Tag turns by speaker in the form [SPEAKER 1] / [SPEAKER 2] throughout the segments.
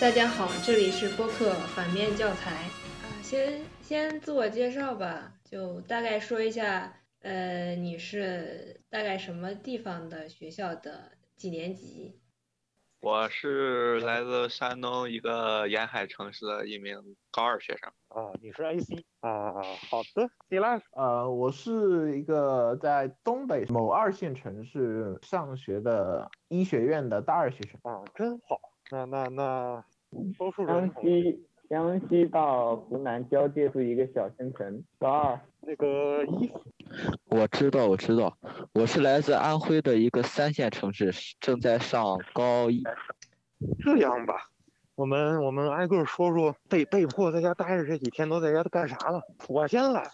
[SPEAKER 1] 大家好，这里是播客反面教材啊、先先自我介绍吧，就大概说一下，呃，你是大概什么地方的学校的几年级？
[SPEAKER 2] 我是来自山东一个沿海城市的一名高二学生。
[SPEAKER 3] 啊，你是 AC 啊，好的，进来。
[SPEAKER 4] 呃，我是一个在东北某二线城市上学的医学院的大二学生。
[SPEAKER 3] 啊，真好。那那那，多数
[SPEAKER 4] 啊
[SPEAKER 3] 人
[SPEAKER 5] 江
[SPEAKER 3] 同学
[SPEAKER 5] 西江西到湖南交界处一个小县城，高二。
[SPEAKER 3] 那个衣服
[SPEAKER 6] 我知道，我知道，我是来自安徽的一个三线城市，是正在上高一。
[SPEAKER 3] 这样吧，我们我们挨个说说被被迫在家待着这几天都在家都干啥了。我先来，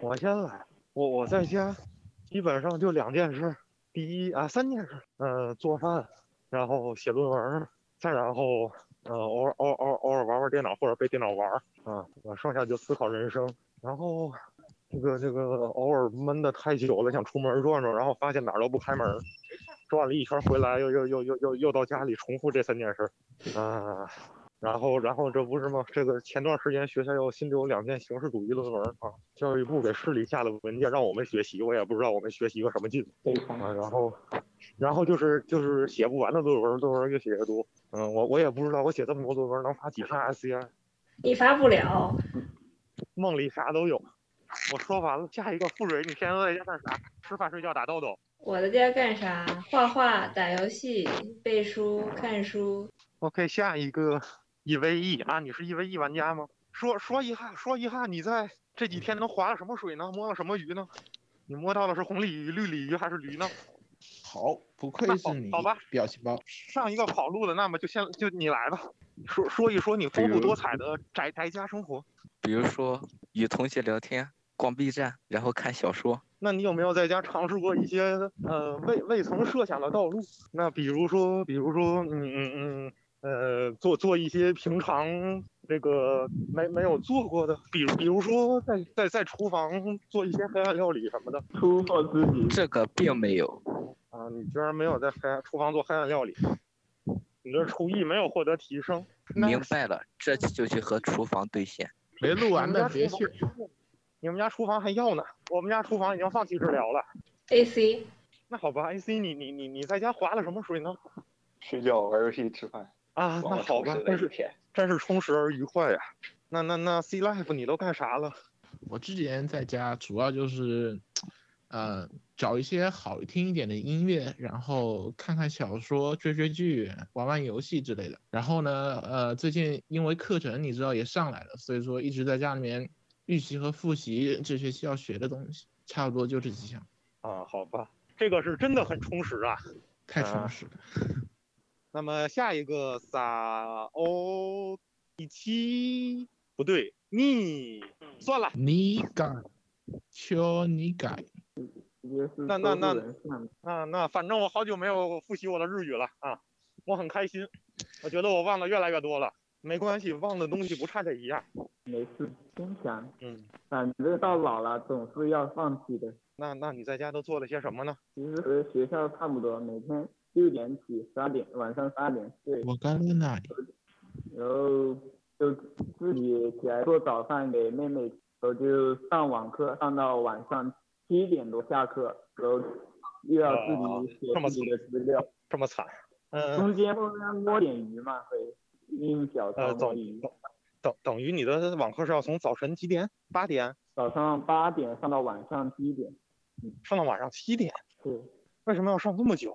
[SPEAKER 3] 我先来，我我在家基本上就两件事，第一啊三件事，呃做饭，然后写论文，再然后呃偶尔偶尔偶尔偶尔玩玩电脑或者被电脑玩儿啊，我剩下就思考人生，然后。这个这个偶尔闷的太久了，想出门转转，然后发现哪儿都不开门，转了一圈回来，又又又又又又到家里重复这三件事儿啊。然后然后这不是吗？这个前段时间学校又新留两篇形式主义论文啊，教育部给市里下了文件让我们学习，我也不知道我们学习个什么劲
[SPEAKER 5] 对
[SPEAKER 3] 啊。然后然后就是就是写不完的论文，论文越写越多。嗯，我我也不知道我写这么多论文能发几篇 SCI，
[SPEAKER 1] 你发不了，
[SPEAKER 3] 梦里啥都有。我说完了，下一个傅蕊，你现在都在家干啥？吃饭、睡觉、打豆豆。
[SPEAKER 1] 我在家干啥？画画、打游戏、背书、看书。
[SPEAKER 3] OK，下一个 EVE 啊，你是 EVE 玩家吗？说说一下，说一下，你在这几天都划了什么水呢？摸了什么鱼呢？你摸到的是红鲤鱼、绿鲤鱼还是驴呢？
[SPEAKER 4] 好，不愧
[SPEAKER 3] 那好
[SPEAKER 4] 是你，
[SPEAKER 3] 好吧，
[SPEAKER 4] 表情包。
[SPEAKER 3] 上一个跑路的，那么就先就你来吧，说说一说你丰富多彩的宅宅家生活。
[SPEAKER 6] 比如说与同学聊天、逛 B 站，然后看小说。
[SPEAKER 3] 那你有没有在家尝试过一些呃未未曾设想的道路？那比如说，比如说，嗯嗯嗯，呃，做做一些平常这个没没有做过的，比如比如说在在在厨房做一些黑暗料理什么的
[SPEAKER 5] 突破自己。
[SPEAKER 6] 这个并没有，
[SPEAKER 3] 啊，你居然没有在黑暗厨房做黑暗料理，你的厨艺没有获得提升。那
[SPEAKER 6] 明白了，这就去和厨房对线。
[SPEAKER 4] 没录完的别去。
[SPEAKER 3] 你们家厨房还要呢，我们家厨房已经放弃治疗了。
[SPEAKER 1] AC
[SPEAKER 3] 那好吧，AC，你你你你在家划了什么水呢？
[SPEAKER 2] 睡觉、玩游戏、吃饭，
[SPEAKER 3] 啊，
[SPEAKER 2] 往
[SPEAKER 3] 那
[SPEAKER 2] 我
[SPEAKER 3] 好
[SPEAKER 2] 充
[SPEAKER 3] 吧
[SPEAKER 2] 实，
[SPEAKER 3] 但
[SPEAKER 2] 了
[SPEAKER 3] 是
[SPEAKER 2] 一天。
[SPEAKER 3] 真是充实而愉快呀、那那那 C Life 你都干啥了？
[SPEAKER 4] 我之前在家主要就是，呃，找一些好听一点的音乐，然后看看小说、追追剧、玩玩游戏之类的。然后呢，呃，最近因为课程你知道也上来了，所以说一直在家里面预习和复习这学期要学的东西，差不多就这几项，
[SPEAKER 3] 啊，好吧，这个是真的很充实啊。
[SPEAKER 4] 太
[SPEAKER 3] 啊
[SPEAKER 4] 充实了。
[SPEAKER 3] 那么下一个撒欧第七不对，你算了，
[SPEAKER 4] 你敢，求你改，
[SPEAKER 3] 那那那那那反正我好久没有复习我的日语了啊，我很开心，我觉得我忘得越来越多了。没关系，忘的东西不差这一样。
[SPEAKER 5] 没事，真想，
[SPEAKER 3] 嗯，
[SPEAKER 5] 反正到老了总是要放弃的。
[SPEAKER 3] 那那你在家都做了些什么呢？
[SPEAKER 5] 其实和学校差不多，每天六点起，十二点晚上十二点睡，
[SPEAKER 4] 我干了哪里？
[SPEAKER 5] 然后就自己起来做早饭给妹妹，我就上网课上到晚上七点多下课，然后又要自己写
[SPEAKER 3] 这么
[SPEAKER 5] 自己的资料，
[SPEAKER 3] 这么惨？嗯，
[SPEAKER 5] 中间会摸点鱼嘛，会用小
[SPEAKER 3] 呃，
[SPEAKER 5] 抄摸
[SPEAKER 3] 等
[SPEAKER 5] 鱼。
[SPEAKER 3] 等等等于你的网课是要从早晨几点？八点
[SPEAKER 5] 早上八点上到晚上七点，
[SPEAKER 3] 上到晚上七点，
[SPEAKER 5] 对，
[SPEAKER 3] 为什么要上这么久？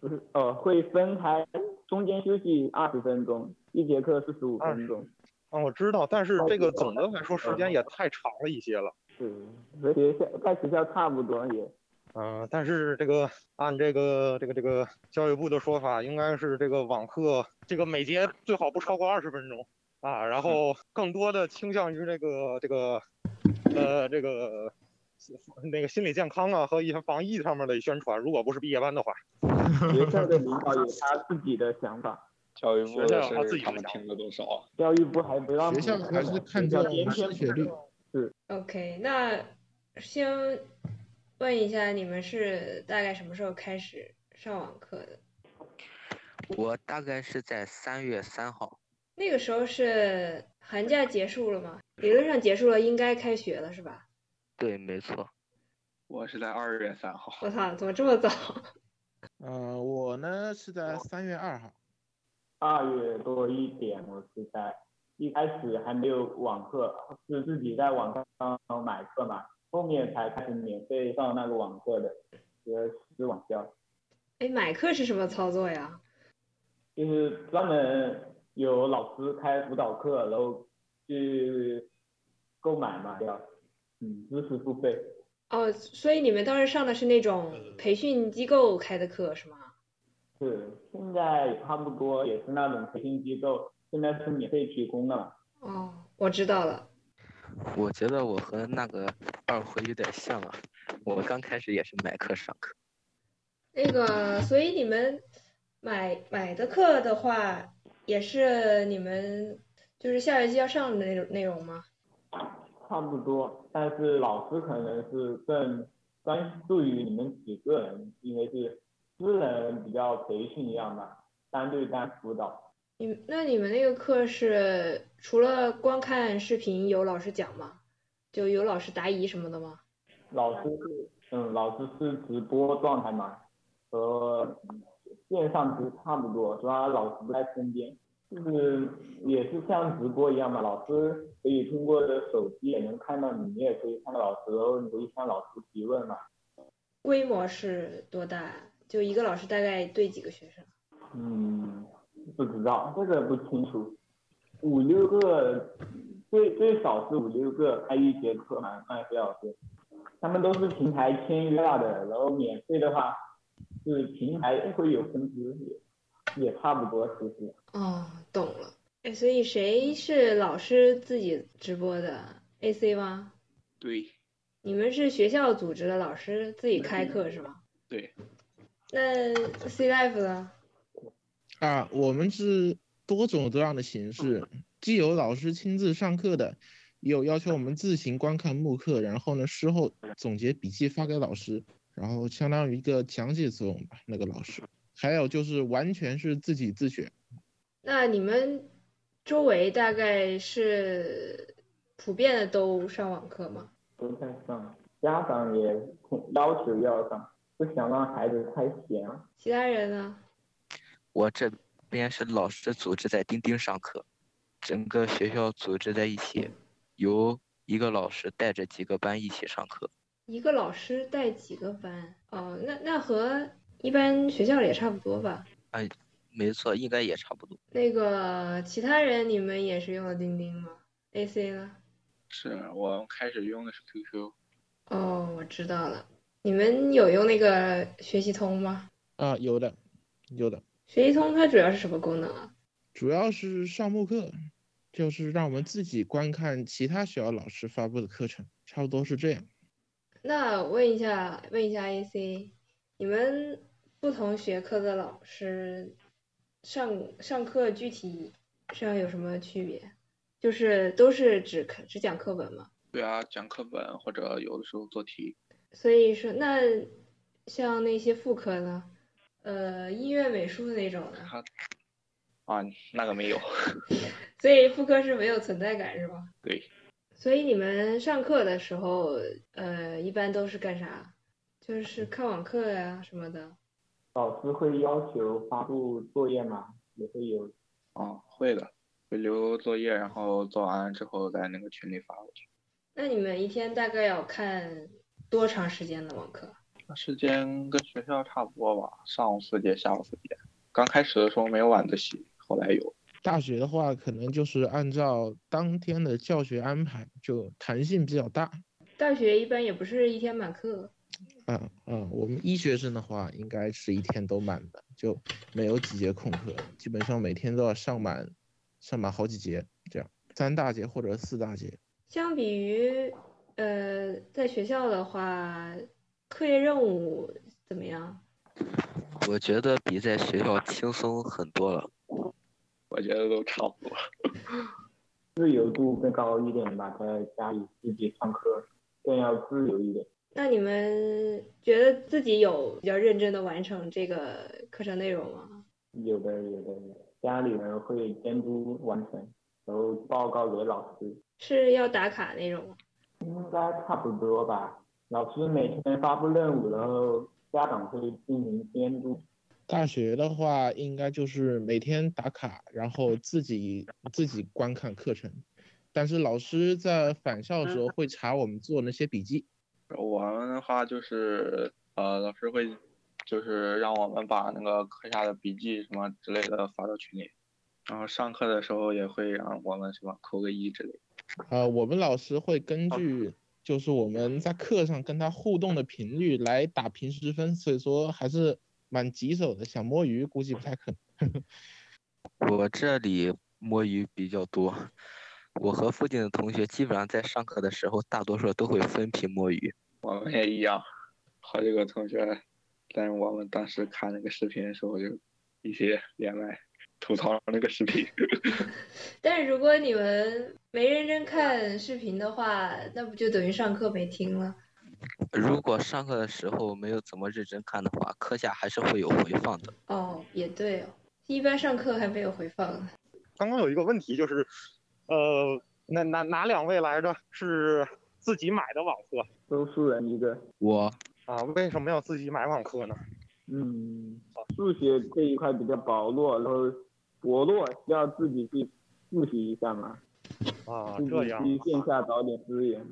[SPEAKER 5] 不是哦，会分开，中间休息二十分钟，一节课四十五分钟，
[SPEAKER 3] 啊，我知道，但是这个总的来说时间也太长了一些了。
[SPEAKER 5] 对，和学校在学校差不多 也，
[SPEAKER 3] 嗯、但是这个按这个这个这个教育部的说法，应该是这个网课这个每节最好不超过二十分钟啊，然后更多的倾向于这个这个呃这个那个心理健康啊和一些防疫上面的宣传，如果不是毕业班的话。
[SPEAKER 5] 学校的领导有他自己的想法，
[SPEAKER 2] 教育部
[SPEAKER 3] 学
[SPEAKER 2] 的
[SPEAKER 3] 校
[SPEAKER 2] 事
[SPEAKER 3] 他自
[SPEAKER 2] 儿
[SPEAKER 3] 己
[SPEAKER 2] 他
[SPEAKER 3] 的
[SPEAKER 2] 们
[SPEAKER 3] 想
[SPEAKER 2] 听的都少。啊
[SPEAKER 5] 教育部还不让
[SPEAKER 4] 学校
[SPEAKER 5] 补
[SPEAKER 4] 还是看
[SPEAKER 5] 学校
[SPEAKER 4] 重
[SPEAKER 5] 天天
[SPEAKER 4] 升学率。
[SPEAKER 1] OK，那先问一下，你们是大概什么时候开始上网课的？
[SPEAKER 6] 我大概是在三月三号
[SPEAKER 1] 那个时候是寒假结束了吗？理论上结束了，应该开学了是吧？
[SPEAKER 6] 对，没错。
[SPEAKER 2] 我是在二月三号，
[SPEAKER 1] 我操，怎么这么早？
[SPEAKER 4] 呃，我呢是在三月二号，
[SPEAKER 5] 二月多一点，我是在一开始还没有网课，是自己在网上买课嘛，后面才开始免费上那个网课的，学私网教，
[SPEAKER 1] 哎，买课是什么操作呀？
[SPEAKER 5] 就是专门有老师开辅导课，然后去购买嘛，要嗯知识付费，
[SPEAKER 1] 哦，所以你们当时上的是那种培训机构开的课是吗？
[SPEAKER 5] 是现在也差不多也是那种培训机构，现在是免费提供的嘛。
[SPEAKER 1] 哦，我知道了。
[SPEAKER 6] 我觉得我和那个二辉有点像啊，我刚开始也是买课上课。
[SPEAKER 1] 那个，所以你们买买的课的话，也是你们就是下学期要上的那种内容吗？
[SPEAKER 5] 差不多，但是老师可能是更专注于你们几个人，因为是私人比较培训一样嘛，单对单辅导。
[SPEAKER 1] 你们那你们那个课是除了光看视频有老师讲吗？就有老师答疑什么的吗？
[SPEAKER 5] 老师是，嗯，老师是直播状态嘛，和线上其实差不多，主要老师不在身边，就是也是像直播一样嘛，老师可以通过手机也能看到你，你也可以看到老师，然后你可以向老师提问嘛。
[SPEAKER 1] 规模是多大？就一个老师大概对几个学生？
[SPEAKER 5] 嗯，不知道，这个不清楚。五六个，最最少是五六个开一节课嘛，半小时。他们都是平台签约了的，然后免费的话，是平台会有分支，也也差不多其实。
[SPEAKER 1] 哦，懂了。哎，所以谁是老师自己直播的？AC 吗？
[SPEAKER 2] 对
[SPEAKER 1] 你们是学校组织的，老师自己开课是吗？
[SPEAKER 2] 对，
[SPEAKER 1] 那 C Life 呢？
[SPEAKER 4] 啊，我们是多种多样的形式，既有老师亲自上课的，也有要求我们自行观看慕课，然后呢事后总结笔记发给老师，然后相当于一个讲解作用吧，那个老师。还有就是完全是自己自学，
[SPEAKER 1] 那你们周围大概是普遍的都上网课吗？
[SPEAKER 5] 都在上，家长也挺要求要上，不想让孩子太闲啊。
[SPEAKER 1] 其他人呢？
[SPEAKER 6] 我这边是老师组织在钉钉上课，整个学校组织在一起，由一个老师带着几个班一起上课。
[SPEAKER 1] 一个老师带几个班？哦，那那和一般学校里也差不多吧。
[SPEAKER 6] 没错，应该也差不多。
[SPEAKER 1] 那个其他人你们也是用的钉钉吗？AC 呢？
[SPEAKER 2] 是我开始用的是 QQ，
[SPEAKER 1] 哦，我知道了。你们有用那个学习通吗？
[SPEAKER 4] 啊，有的，有的，
[SPEAKER 1] 学习通它主要是什么功能啊？
[SPEAKER 4] 主要是上慕课，就是让我们自己观看其他学校老师发布的课程，差不多是这样。
[SPEAKER 1] 那问一下，问一下 AC，你们不同学科的老师上上课具体上有什么区别？就是都是只课只讲课文吗？
[SPEAKER 2] 对啊，讲课本或者有的时候做题，
[SPEAKER 1] 所以说，那像那些副科呢，呃，音乐、美术那种呢，
[SPEAKER 2] 他啊那个没有，
[SPEAKER 1] 所以副科是没有存在感是吧？
[SPEAKER 2] 对，
[SPEAKER 1] 所以你们上课的时候，呃，一般都是干啥？就是看网课呀、什么的。
[SPEAKER 5] 老师会要求发布作业嘛，也会有
[SPEAKER 2] 啊会的，会留作业，然后做完了之后在那个群里发过去。
[SPEAKER 1] 那你们一天大概要看多长时间的网课？
[SPEAKER 2] 那时间跟学校差不多吧，上午四节，下午四节。刚开始的时候没有晚自习，后来有。
[SPEAKER 4] 大学的话，可能就是按照当天的教学安排，就弹性比较大。
[SPEAKER 1] 大学一般也不是一天满课，
[SPEAKER 4] 嗯嗯，我们医学生的话，应该是一天都满的，就没有几节空课，基本上每天都要上满，上满好几节，这样三大节或者四大节。
[SPEAKER 1] 相比于呃在学校的话，课业任务怎么样？
[SPEAKER 6] 我觉得比在学校轻松很多了。
[SPEAKER 2] 我觉得都差不多。
[SPEAKER 5] 自由度更高一点吧，在家里自己上课更要自由一点。
[SPEAKER 1] 那你们觉得自己有比较认真的完成这个课程内容吗？
[SPEAKER 5] 有的有的有的，家里人会监督完成，然后报告给老师，
[SPEAKER 1] 是要打卡那种吗？
[SPEAKER 5] 应该差不多吧。老师每天发布任务，然后家长会进行监督。
[SPEAKER 4] 大学的话，应该就是每天打卡，然后自己自己观看课程，但是老师在返校的时候会查我们做那些笔记。
[SPEAKER 2] 我们的话就是，呃，老师会就是让我们把那个课下的笔记什么之类的发到群里，然后上课的时候也会让我们什么扣个一之类的。
[SPEAKER 4] 呃，我们老师会根据就是我们在课上跟他互动的频率来打平时分，所以说还是蛮棘手的。想摸鱼估计不太可能。
[SPEAKER 6] 我这里摸鱼比较多，我和附近的同学基本上在上课的时候，大多数都会分批摸鱼。
[SPEAKER 2] 我们也一样，好几个同学，但是我们当时看那个视频的时候就一起连麦吐槽那个视频。
[SPEAKER 1] 但是如果你们没认真看视频的话，那不就等于上课没听了？
[SPEAKER 6] 如果上课的时候没有怎么认真看的话，课下还是会有回放的。
[SPEAKER 1] 哦，也对哦，一般上课还没有回放呢。
[SPEAKER 3] 刚刚有一个问题就是，呃，哪哪哪两位来着？是自己买的网课
[SPEAKER 5] 都数人一个，
[SPEAKER 6] 我
[SPEAKER 3] 啊？为什么要自己买网课呢？
[SPEAKER 5] 嗯，数学这一块比较薄弱，然后薄弱需要自己去复习一下嘛，
[SPEAKER 3] 啊
[SPEAKER 5] 自，
[SPEAKER 3] 这
[SPEAKER 5] 己
[SPEAKER 3] 样
[SPEAKER 5] 去线下找点资源。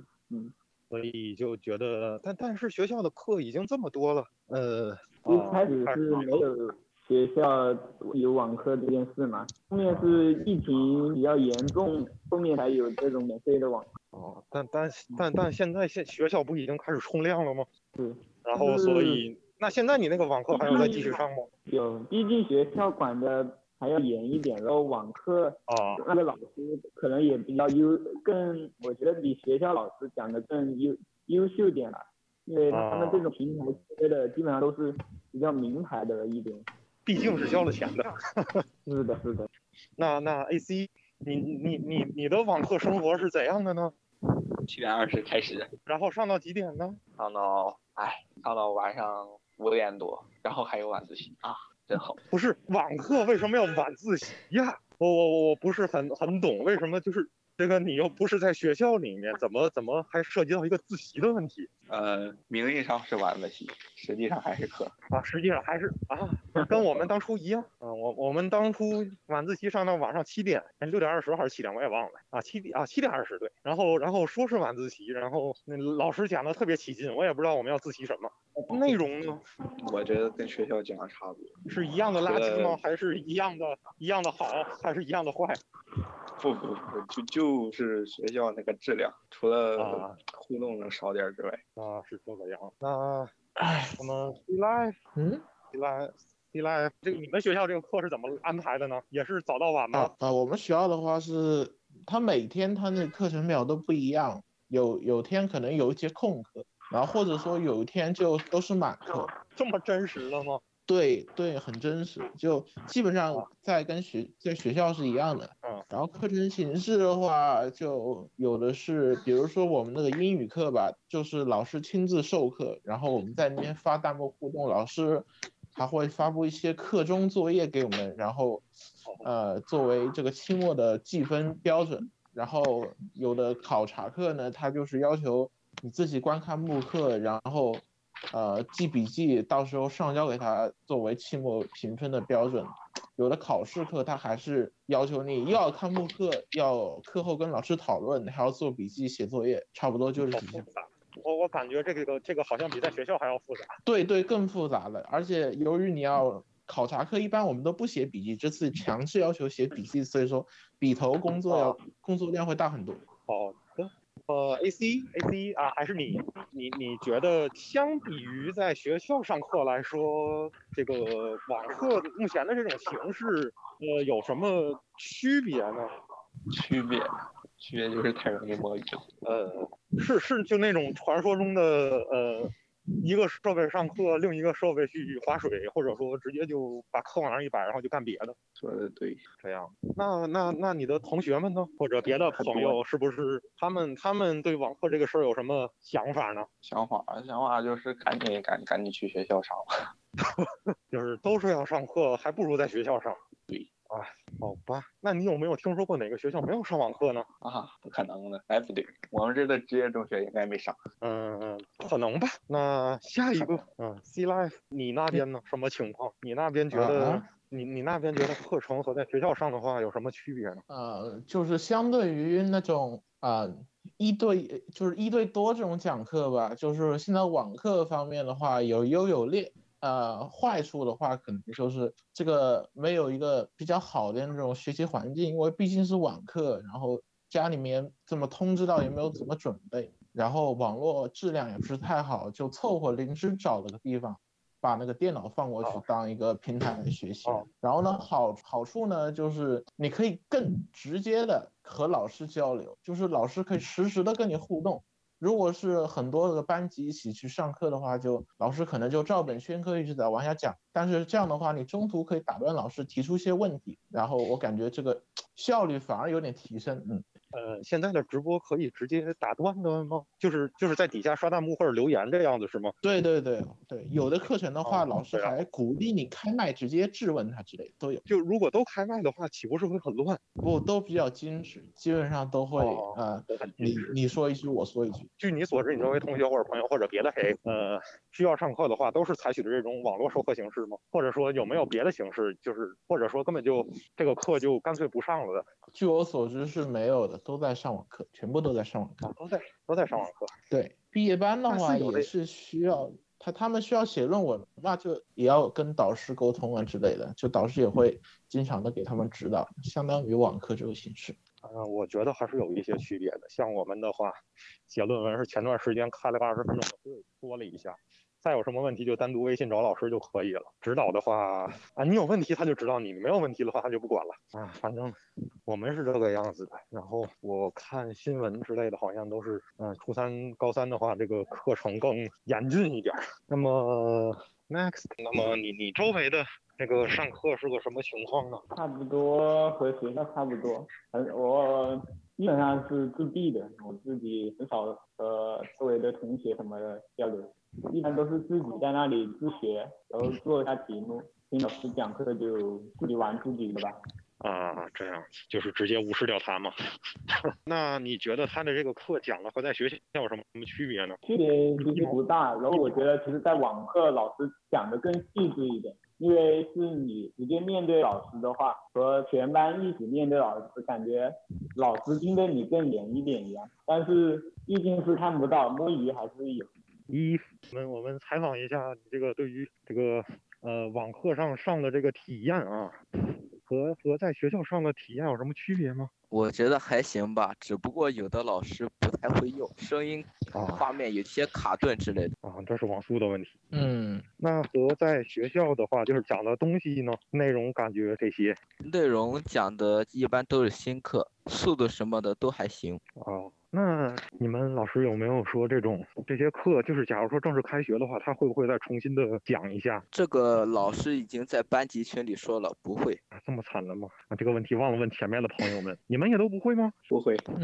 [SPEAKER 3] 所以就觉得，但但是学校的课已经这么多了，呃，
[SPEAKER 5] 一
[SPEAKER 3] 啊
[SPEAKER 5] 开始
[SPEAKER 3] 还
[SPEAKER 5] 是没有学校有网课这件事嘛，后面是疫情比较严重，后面才有这种免费的网课。
[SPEAKER 3] 哦，但但但但现在现学校不已经开始冲量了吗？
[SPEAKER 5] 是，嗯
[SPEAKER 3] 然后所以那现在你那个网课还有在继续上吗？
[SPEAKER 5] 有，毕竟学校管的还要严一点，然后网课
[SPEAKER 3] 啊，
[SPEAKER 5] 那个老师可能也比较优，更我觉得比学校老师讲的更优优秀点了，因为他们这种平台缺的基本上都是比较名牌的一点。
[SPEAKER 3] 毕竟是交了钱的。
[SPEAKER 5] 是的，是的。
[SPEAKER 3] 那那 A C，你你你你的网课生活是怎样的呢？
[SPEAKER 2] 七点二十开始，
[SPEAKER 3] 然后上到几点呢？
[SPEAKER 2] 上到哎，上到晚上五点多，然后还有晚自习啊，真好。
[SPEAKER 3] 不是网课为什么要晚自习呀、我我我我不是很很懂，为什么就是这个你又不是在学校里面，怎么怎么还涉及到一个自习的问题
[SPEAKER 2] 呃，名义上是晚自习，实际上还是课。
[SPEAKER 3] 啊？实际上还是啊，跟我们当初一样啊，我我们当初晚自习上到晚上七点，哎六点二十还是七点我也忘了啊，七点啊七点二十对，然后然后说是晚自习，然后那老师讲的特别起劲，我也不知道我们要自习什么内容呢。
[SPEAKER 2] 我觉得跟学校讲的差不多。
[SPEAKER 3] 是一样的垃圾吗
[SPEAKER 2] 呃？
[SPEAKER 3] 还是一样的一样的好，还是一样的坏？
[SPEAKER 2] 不不不，就就是学校那个质量，除了
[SPEAKER 3] 啊
[SPEAKER 2] 互动能少点儿之外，
[SPEAKER 3] 啊，是这个样。那唉，我们 C Life
[SPEAKER 4] 嗯，
[SPEAKER 3] C Life C Life 这个你们学校这个课是怎么安排的呢？也是早到晚吗？
[SPEAKER 4] 啊啊，我们学校的话是，他每天他那课程表都不一样，有有天可能有一节空课，然后或者说有一天就都是满课。
[SPEAKER 3] 这么真实的吗？
[SPEAKER 4] 对对，很真实，就基本上在跟学在学校是一样的。
[SPEAKER 3] 嗯，
[SPEAKER 4] 然后课程形式的话，就有的是，比如说我们那个英语课吧，就是老师亲自授课，然后我们在那边发弹幕互动，老师还会发布一些课中作业给我们，然后呃作为这个期末的计分标准。然后有的考察课呢，它就是要求你自己观看慕课，然后呃记笔记，到时候上交给他作为期末评分的标准。有的考试课它还是要求你又要看慕课，要课后跟老师讨论，还要做笔记、写作业，差不多就是
[SPEAKER 3] 好
[SPEAKER 4] 这
[SPEAKER 3] 复
[SPEAKER 4] 些。
[SPEAKER 3] 杂。我我感觉这个这个好像比在学校还要复杂。
[SPEAKER 4] 对对，更复杂了。而且由于你要考察课，一般我们都不写笔记，这次强制要求写笔记，所以说笔头工作要工作量会大很多。
[SPEAKER 3] 好的。呃，A C A C 啊，还是你，你你觉得相比于在学校上课来说，这个网课目前的这种形式，呃，有什么区别呢？
[SPEAKER 2] 区别区别就是太容易摸鱼了。
[SPEAKER 3] 呃，是是就那种传说中的呃，一个设备上课，另一个设备去划水，或者说直接就把课往那儿一摆，然后就干别的
[SPEAKER 2] 说的对，
[SPEAKER 3] 这样。那那那你的同学们呢，或者别的朋友，是不是他们他们对网课这个事儿有什么想法呢？
[SPEAKER 2] 想法想法就是赶紧赶赶紧去学校上吧。
[SPEAKER 3] 就是都是要上课，还不如在学校上。
[SPEAKER 2] 对，
[SPEAKER 3] 哎，好吧，那你有没有听说过哪个学校没有上网课呢？
[SPEAKER 2] 啊，不可能的，哎，不对，我们这的职业中学应该没上。
[SPEAKER 3] 嗯，嗯，可能吧。那下一个，嗯，C Life，你那边呢？什么情况？你那边觉得
[SPEAKER 4] 啊，
[SPEAKER 3] 你你那边觉得课程和在学校上的话有什么区别呢？
[SPEAKER 4] 呃，就是相对于那种啊、呃一对就是一对多这种讲课吧，就是现在网课方面的话有优有劣，呃，坏处的话可能就是这个没有一个比较好的那种学习环境，因为毕竟是网课，然后家里面这么通知到也没有怎么准备，然后网络质量也不是太好，就凑合临时找了个地方。把那个电脑放过去
[SPEAKER 3] 哦
[SPEAKER 4] 当一个平台来学习
[SPEAKER 3] 哦，
[SPEAKER 4] 然后呢，好好处呢就是你可以更直接的和老师交流，就是老师可以实时的跟你互动，如果是很多个班级一起去上课的话，就老师可能就照本宣科一直在往下讲。但是这样的话，你中途可以打断老师提出一些问题，然后我感觉这个效率反而有点提升。嗯，
[SPEAKER 3] 呃，现在的直播可以直接打断的吗？就是就是在底下刷弹幕或者留言这样子是吗？
[SPEAKER 4] 对对对对，有的课程的话，
[SPEAKER 3] 哦
[SPEAKER 4] 老师
[SPEAKER 3] 对啊
[SPEAKER 4] 还鼓励你开麦直接质问他之类的都有，
[SPEAKER 3] 就如果都开麦的话，岂不是会很乱？
[SPEAKER 4] 不过都比较矜持，基本上都会
[SPEAKER 3] 哦
[SPEAKER 4] 呃，
[SPEAKER 3] 都很
[SPEAKER 4] 你你说一句我说一句。
[SPEAKER 3] 据你所知，你周围同学或者朋友或者别的谁，呃，需要上课的话，都是采取的这种网络授课形式吗？或者说有没有别的形式，就是或者说根本就这个课就干脆不上了的？
[SPEAKER 4] 据我所知是没有的，都在上网课，全部都在上网课。
[SPEAKER 3] 都在都在上网课。
[SPEAKER 4] 对，毕业班的
[SPEAKER 3] 但是
[SPEAKER 4] 话
[SPEAKER 3] 有的
[SPEAKER 4] 也哦是需要他他们需要写论文，那就也要跟导师沟通啊之类的，就导师也会经常的给他们指导，相当于网课这种形式。
[SPEAKER 3] 嗯，我觉得还是有一些区别的。像我们的话，写论文是前段时间开了个二十分钟的会，说了一下，再有什么问题就单独微信找老师就可以了。指导的话啊，你有问题他就指导你，你没有问题的话他就不管了啊。反正我们是这个样子的。然后我看新闻之类的，好像都是嗯，初三、高三的话，这个课程更严峻一点儿。那么 next，那么你你周围的那个上课是个什么情况呢？
[SPEAKER 5] 差不多和学校差不多，反正我基本上是自闭的，我自己很少和周围的同学什么的交流，一般都是自己在那里自学，然后做一下题目，听老师讲课就自己玩自己的吧。
[SPEAKER 3] 啊，这样就是直接无视掉他嘛？ 那你觉得他的这个课讲的和在学校有什么什么区别呢？
[SPEAKER 5] 区别其实不大，然后我觉得其实在网课老师讲的更细致一点，因为是你直接面对老师的话，和全班一起面对老师，感觉老师盯得你更严一点一样。但是毕竟是看不到，摸鱼还是有。
[SPEAKER 3] 一，我们我们采访一下你这个对于这个呃网课上上的这个体验啊，和和在学校上的体验有什么区别吗？
[SPEAKER 6] 我觉得还行吧，只不过有的老师不太会用，声音、
[SPEAKER 3] 哦
[SPEAKER 6] 画面有些卡顿之类的。
[SPEAKER 3] 啊，这是网速的问题。
[SPEAKER 4] 嗯，
[SPEAKER 3] 那和在学校的话，就是讲的东西呢，内容感觉这些
[SPEAKER 6] 内容讲的一般都是新课，速度什么的都还行。
[SPEAKER 3] 哦，那你们老师有没有说这种这些课，就是假如说正式开学的话，他会不会再重新的讲一下？
[SPEAKER 6] 这个老师已经在班级群里说了，不会。
[SPEAKER 3] 啊这么惨了吗？啊，这个问题忘了问前面的朋友们，你们也都不会吗？
[SPEAKER 2] 不会，
[SPEAKER 3] 啊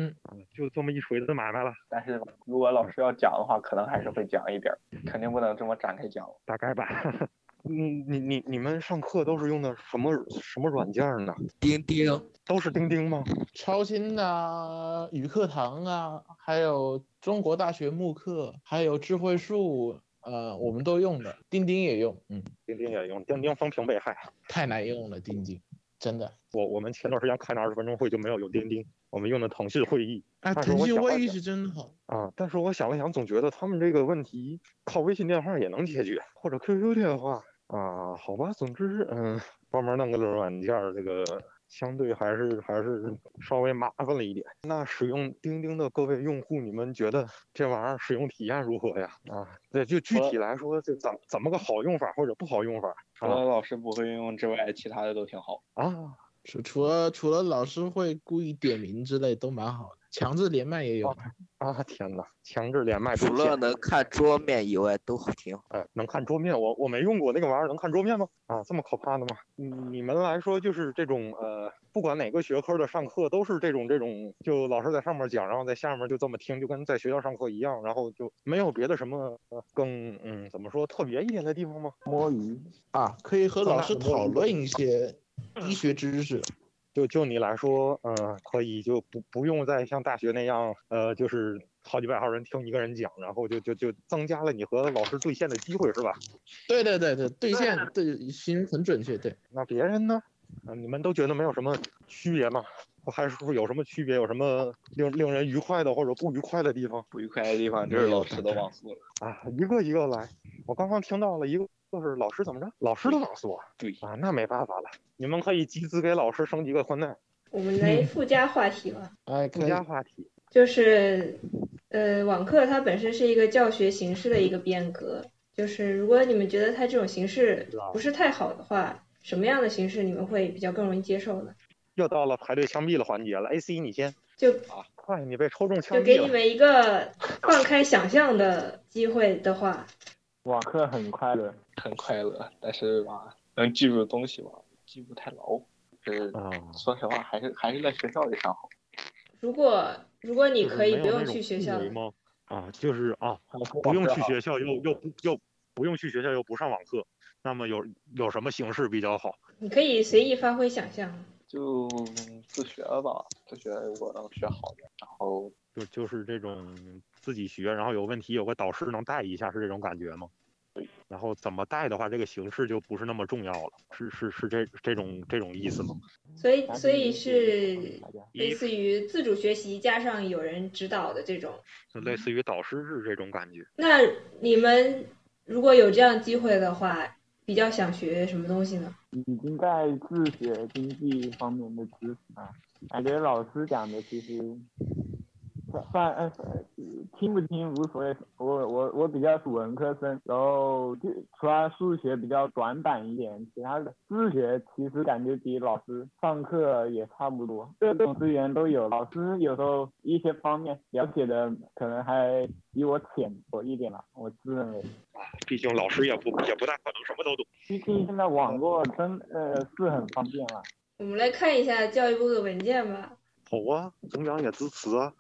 [SPEAKER 3] 就这么一锤子买卖了，
[SPEAKER 2] 但是如果老师要讲的话，可能还是会讲一点儿，肯定不能这么展开讲。
[SPEAKER 3] 大概吧。 嗯，你你你们上课都是用的什么什么软件呢？
[SPEAKER 6] 钉钉
[SPEAKER 3] 都是钉钉吗？
[SPEAKER 4] 超星啊，语课堂啊，还有中国大学慕课，还有智慧树，呃，我们都用的，钉钉也用，嗯，
[SPEAKER 3] 钉钉也用，钉钉风评被害。
[SPEAKER 4] 太难用了，钉钉，真的。
[SPEAKER 3] 我我们前段时间开那二十分钟会就没有用钉钉，我们用的腾讯会议
[SPEAKER 4] 哎，
[SPEAKER 3] 但是
[SPEAKER 4] 腾
[SPEAKER 3] 我
[SPEAKER 4] 讯
[SPEAKER 3] 想了
[SPEAKER 4] 会议
[SPEAKER 3] 解
[SPEAKER 4] 是真好，
[SPEAKER 3] 啊。但是我想了想，总觉得他们这个问题靠微信电话也能解决，或者 QQ 电话啊。好吧，总之嗯，帮忙弄个软件儿，这个相对还是还是稍微麻烦了一点。那使用钉钉的各位用户，你们觉得这玩意儿使用体验如何呀？啊，对，就具
[SPEAKER 2] 我
[SPEAKER 3] 体来说，就怎怎么个好用法或者不好用法
[SPEAKER 2] 除了老师不会用之外，其他的都挺好。
[SPEAKER 3] 啊？
[SPEAKER 4] 除除了除了老师会故意点名之类都蛮好的，强制连麦也有。
[SPEAKER 3] 啊天哪，强制连麦被
[SPEAKER 6] 除
[SPEAKER 3] 骗
[SPEAKER 6] 了能看桌面以外都挺好。
[SPEAKER 3] 哎，能看桌面，我我没用过那个玩意儿，能看桌面吗？啊，这么可怕的吗？你你们来说就是这种呃，不管哪个学科的上课都是这种这种，就老师在上面讲，然后在下面就这么听，就跟在学校上课一样，然后就没有别的什么呃更嗯怎么说特别一点的地方吗？
[SPEAKER 5] 摸鱼，
[SPEAKER 4] 啊，可以和
[SPEAKER 3] 从
[SPEAKER 4] 老
[SPEAKER 3] 哪
[SPEAKER 4] 师
[SPEAKER 3] 个角
[SPEAKER 4] 讨
[SPEAKER 3] 度
[SPEAKER 4] 论一些医学知识，
[SPEAKER 3] 就就你来说，嗯、可以就不不用再像大学那样，呃，就是好几百号人听一个人讲，然后就就就增加了你和老师对线的机会，是吧？
[SPEAKER 4] 对对对对，兑现对形容很准确，对。
[SPEAKER 3] 那别人呢？啊，你们都觉得没有什么区别吗？我还是说有什么区别？有什么令令人愉快的或者不愉快的地方
[SPEAKER 2] 不愉快的地方就是老师的网速了。
[SPEAKER 3] 啊？一个一个来。我刚刚听到了一个，就是老师怎么着？老师的网速啊？
[SPEAKER 2] 对，
[SPEAKER 3] 啊，那没办法了，你们可以集资给老师升级个宽带。
[SPEAKER 1] 我们来
[SPEAKER 3] 嗯
[SPEAKER 1] 附加话题吧，
[SPEAKER 4] 哎，
[SPEAKER 3] 附
[SPEAKER 4] 可以
[SPEAKER 3] 加话题，
[SPEAKER 1] 就是，呃，网课它本身是一个教学形式的一个变革，就是如果你们觉得它这种形式不是太好的话，什么样的形式你们会比较更容易接受呢？
[SPEAKER 3] 又到了排队枪毙的环节了。A C，你先，啊
[SPEAKER 1] 就
[SPEAKER 3] 快，你被抽中枪
[SPEAKER 1] 就给
[SPEAKER 3] 毙
[SPEAKER 1] 你
[SPEAKER 3] 了。
[SPEAKER 1] 们一个放开想象的机会的话，
[SPEAKER 5] 网课很快乐，
[SPEAKER 2] 很快乐，但是吧，能记住的东西吧，记不太牢。是
[SPEAKER 3] 啊，
[SPEAKER 2] 说实话，还是还是在学校里上好。
[SPEAKER 1] 如果如果你
[SPEAKER 3] 就是
[SPEAKER 1] 可以
[SPEAKER 3] 嗯没有
[SPEAKER 1] 不用
[SPEAKER 3] 那种
[SPEAKER 1] 去学
[SPEAKER 3] 氛
[SPEAKER 1] 校
[SPEAKER 3] 围
[SPEAKER 1] 了，
[SPEAKER 3] 吗？啊，就是啊，
[SPEAKER 2] 还是
[SPEAKER 3] 不用
[SPEAKER 2] 网课
[SPEAKER 3] 去
[SPEAKER 2] 好
[SPEAKER 3] 学校又又不又不用去学校又不上网课，那么有有什么形式比较好？
[SPEAKER 1] 你可以随意发挥想象。
[SPEAKER 2] 就自学吧，自学如果能学好点，然后
[SPEAKER 3] 就就是这种自己学，然后有问题有个导师能带一下，是这种感觉吗？然后怎么带的话，这个形式就不是那么重要了，是是是这这种这种意思吗？
[SPEAKER 1] 所以，所以
[SPEAKER 5] 嗯
[SPEAKER 1] 是
[SPEAKER 5] 大家
[SPEAKER 1] 类似于自主学习加上有人指导的这种。
[SPEAKER 3] 就类似于导师制这种感觉。
[SPEAKER 1] 那你们如果有这样机会的话，比较想学什么东西呢？
[SPEAKER 5] 已经在自学经济方面的知识啊，感觉老师讲的其实算算呃听不听无所谓。我我我比较是文科生，然后就除了数学比较短板一点，其他的自学其实感觉比老师上课也差不多，各种资源都有。老师有时候一些方面了解的可能还比我浅薄一点了，我自认为。
[SPEAKER 3] 毕竟老师也不也不大可能什么都懂。
[SPEAKER 5] 毕竟现在网络真呃是很方便了。
[SPEAKER 1] 我们来看一下教育部的文件吧。
[SPEAKER 3] 好啊，中央也支持啊。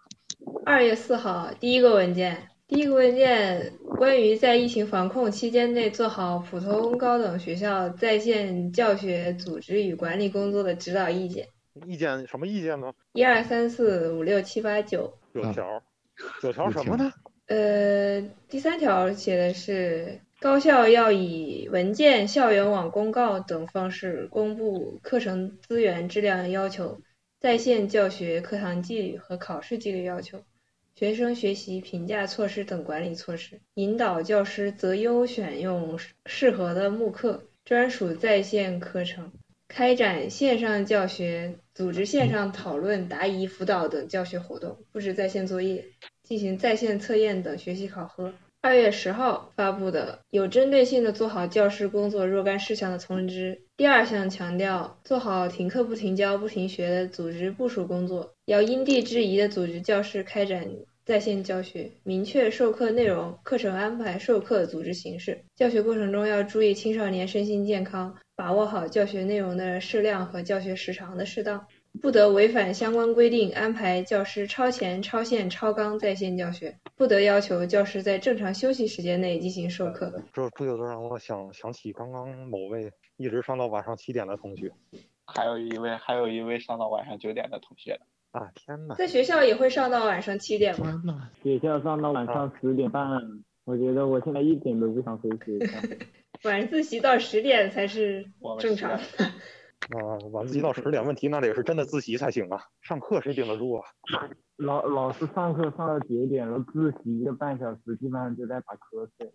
[SPEAKER 1] 二月四号，第一个文件，第一个文件关于在疫情防控期间内做好普通高等学校在线教学组织与管理工作的指导意见，
[SPEAKER 3] 意见什么意见呢？
[SPEAKER 1] 一二三四五六七八九。
[SPEAKER 3] 九
[SPEAKER 4] 啊
[SPEAKER 3] 条，九条
[SPEAKER 4] 九
[SPEAKER 3] 什么
[SPEAKER 4] 条
[SPEAKER 3] 呢？
[SPEAKER 1] 呃，第三条写的是高校要以文件、校园网公告等方式公布课程资源质量要求、在线教学课堂纪律和考试纪律要求、学生学习评价措施等管理措施，引导教师择优选用适适合的慕课、专属在线课程，开展线上教学，组织线上讨论、答疑、辅导等教学活动，布置在线作业。进行在线测验等学习考核。二月十号发布的《有针对性的做好教师工作若干事项的通知》第二项强调，做好停课不停教不停学的组织部署工作，要因地制宜地组织教师开展在线教学，明确授课内容、课程安排、授课组织形式。教学过程中要注意青少年身心健康，把握好教学内容的适量和教学时长的适当。不得违反相关规定安排教师超前、超限、超纲在线教学，不得要求教师在正常休息时间内进行授课。
[SPEAKER 3] 这这就让我想想起刚刚某位一直上到晚上七点的同学
[SPEAKER 2] 还有一位还有一位上到晚上九点的同学，
[SPEAKER 3] 啊！天哪，
[SPEAKER 1] 在学校也会上到晚上七点吗？
[SPEAKER 4] 天呐，
[SPEAKER 5] 学校上到晚上十点半，我觉得我现在一点都不想回学校。
[SPEAKER 1] 晚自习到十点才是
[SPEAKER 2] 我们
[SPEAKER 1] 正常。
[SPEAKER 2] 是
[SPEAKER 3] 啊，晚自习到十点，问题那得是真的自习才行啊！上课谁顶得住啊？
[SPEAKER 5] 老老师上课上到九点，然后自习一个半小时，基本上就在打瞌睡。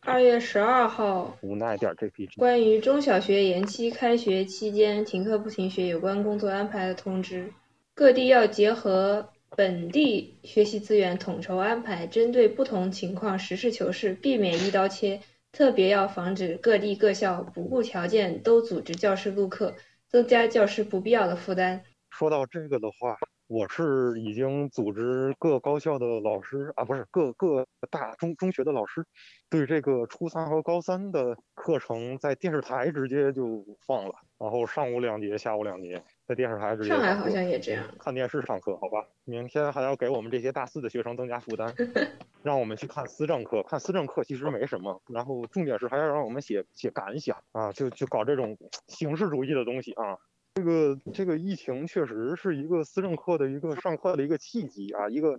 [SPEAKER 1] 二月十二号，
[SPEAKER 3] 无奈点儿 GPG。
[SPEAKER 1] 关于中小学延期开学期间停课不停学有关工作安排的通知，各地要结合本地学习资源统筹安排，针对不同情况实事求是，避免一刀切。特别要防止各地各校不顾条件都组织教师录课，增加教师不必要的负担。
[SPEAKER 3] 说到这个的话，我是已经组织各高校的老师啊，不是各各大中中学的老师，对这个初三和高三的课程在电视台直接就放了，然后上午两节，下午两节，在电视台直接
[SPEAKER 1] 上海
[SPEAKER 3] 上
[SPEAKER 1] 好
[SPEAKER 3] 课
[SPEAKER 1] 像也这样。
[SPEAKER 3] 看电视上课，好吧？明天还要给我们这些大四的学生增加负 担，让我们去看思政课。看思政课其实没什么，然后重点是还要让我们写写感想啊，就就搞这种形式主义的东西啊。这个这个疫情确实是一个思政课的一个上课的一个契机啊，一个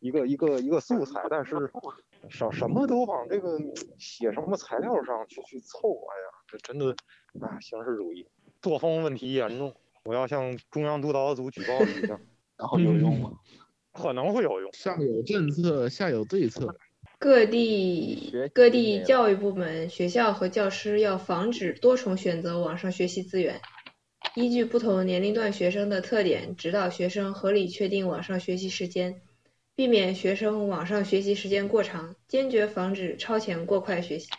[SPEAKER 3] 一个一个一个素材，但是少什么都往这个写什么材料上去去凑，哎呀，这真的啊，形式主义，作风问题严重，我要向中央督导组举报你一下，
[SPEAKER 7] 然后有
[SPEAKER 3] 嗯
[SPEAKER 7] 用 吗？
[SPEAKER 3] 可能会有用。
[SPEAKER 4] 上有政策，下有对策。
[SPEAKER 1] 各地
[SPEAKER 7] 学习
[SPEAKER 1] 各
[SPEAKER 7] 没
[SPEAKER 1] 地
[SPEAKER 7] 了
[SPEAKER 1] 教育部门、学校和教师要防止多重选择网上学习资源，依据不同年龄段学生的特点，指导学生合理确定网上学习时间，避免学生网上学习时间过长，坚决防止超前过快学习，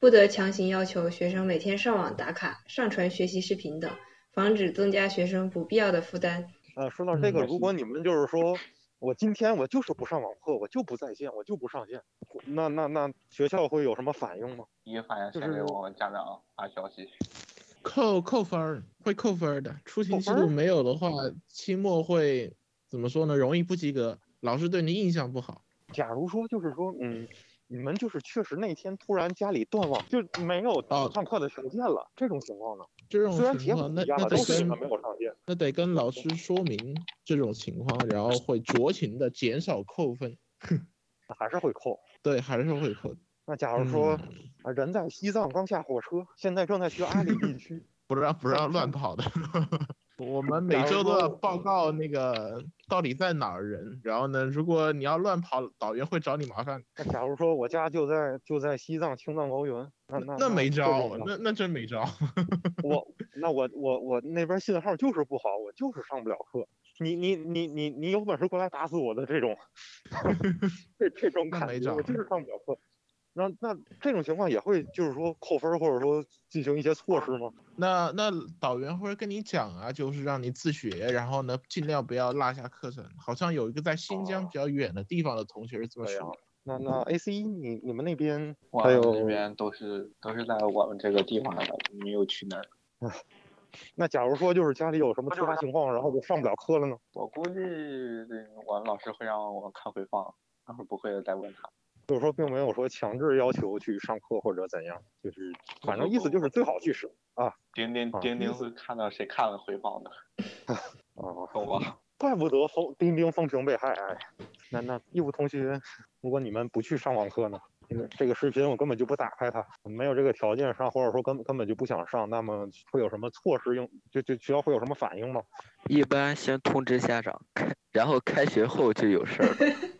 [SPEAKER 1] 不得强行要求学生每天上网打卡、上传学习视频等，防止增加学生不必要的负担。
[SPEAKER 3] 啊，说到这个，
[SPEAKER 4] 嗯
[SPEAKER 3] 如果你们就是说，我今天我就是不上网课，我就不在线，我就不上线，那那那学校会有什么反应吗？
[SPEAKER 2] 第一反应
[SPEAKER 3] 就
[SPEAKER 2] 先给
[SPEAKER 3] 是
[SPEAKER 2] 我们家长发消息，
[SPEAKER 4] 扣扣分儿，会扣分儿的。出勤
[SPEAKER 3] 扣
[SPEAKER 4] 记
[SPEAKER 3] 分儿
[SPEAKER 4] 录没有的话，期末会怎么说呢？容易不及格，老师对你印象不好。
[SPEAKER 3] 假如说就是说，嗯，你们就是确实那天突然家里断网，就没有
[SPEAKER 4] 哦
[SPEAKER 3] 上课的条件了，这种情况呢？
[SPEAKER 4] 这种
[SPEAKER 3] 虽然
[SPEAKER 4] 情
[SPEAKER 3] 结果
[SPEAKER 4] 况，那
[SPEAKER 3] 一样
[SPEAKER 4] 那
[SPEAKER 3] 了，
[SPEAKER 4] 得
[SPEAKER 3] 都是你
[SPEAKER 4] 跟
[SPEAKER 3] 们没有上线。
[SPEAKER 4] 那得跟老师说明这种情况，然后会酌情的减少扣分。
[SPEAKER 3] 那还是会扣。
[SPEAKER 4] 对，还是会扣的。
[SPEAKER 3] 那假如说
[SPEAKER 4] 嗯
[SPEAKER 3] 啊，人在西藏刚下火车，现在正在去阿里地区，
[SPEAKER 4] 不让不让乱跑的。 我们每
[SPEAKER 3] 假如
[SPEAKER 4] 周都
[SPEAKER 3] 说
[SPEAKER 4] 要报告那个到底在哪儿人，然后呢，如果你要乱跑，导员会找你麻烦。
[SPEAKER 3] 那假如说我家就在就在西藏青藏高原，那那
[SPEAKER 4] 那没
[SPEAKER 3] 就
[SPEAKER 4] 招
[SPEAKER 3] 这，个
[SPEAKER 4] 那那真没招。
[SPEAKER 3] 我那我我我那边信号就是不好，我就是上不了课。你你你你你有本事过来打死我的 这种，这这种
[SPEAKER 4] 那
[SPEAKER 3] 感
[SPEAKER 4] 没
[SPEAKER 3] 觉，我
[SPEAKER 4] 招
[SPEAKER 3] 就是上不了课。那那这种情况也会就是说扣分儿或者说进行一些措施吗？
[SPEAKER 4] 那那导员会跟你讲啊，就是让你自学，然后呢，尽量不要落下课程。好像有一个在新疆比较远的地方的同学是这么
[SPEAKER 3] 哎呀
[SPEAKER 4] 说的。
[SPEAKER 3] 那那 A C 你你们那边
[SPEAKER 2] 我
[SPEAKER 3] 还
[SPEAKER 2] 们
[SPEAKER 3] 有
[SPEAKER 2] 这边都是都是在我们这个地方的，没有去那儿。
[SPEAKER 3] 那假如说就是家里有什么突发情况，然后就上不了课了呢？
[SPEAKER 2] 我估计我们老师会让我看回放，要是不会的再问他。
[SPEAKER 3] 就是说并没有说强制要求去上课或者怎样，就是反正意思就是最好去使啊
[SPEAKER 2] 钉钉
[SPEAKER 3] 啊
[SPEAKER 2] 哦钉
[SPEAKER 3] 意
[SPEAKER 2] 钉
[SPEAKER 3] 思
[SPEAKER 2] 会看到谁看了回放的，
[SPEAKER 3] 啊。
[SPEAKER 2] 懂吧？
[SPEAKER 3] 怪不得风钉钉风评被害。哎，那那义务同学，如果你们不去上网课呢？这个这个视频我根本就不打开它，没有这个条件上，或者说根根本就不想上，那么会有什么措施应？就就学校会有什么反应吗？
[SPEAKER 6] 一般先通知家长，开然后开学后就有事儿 了，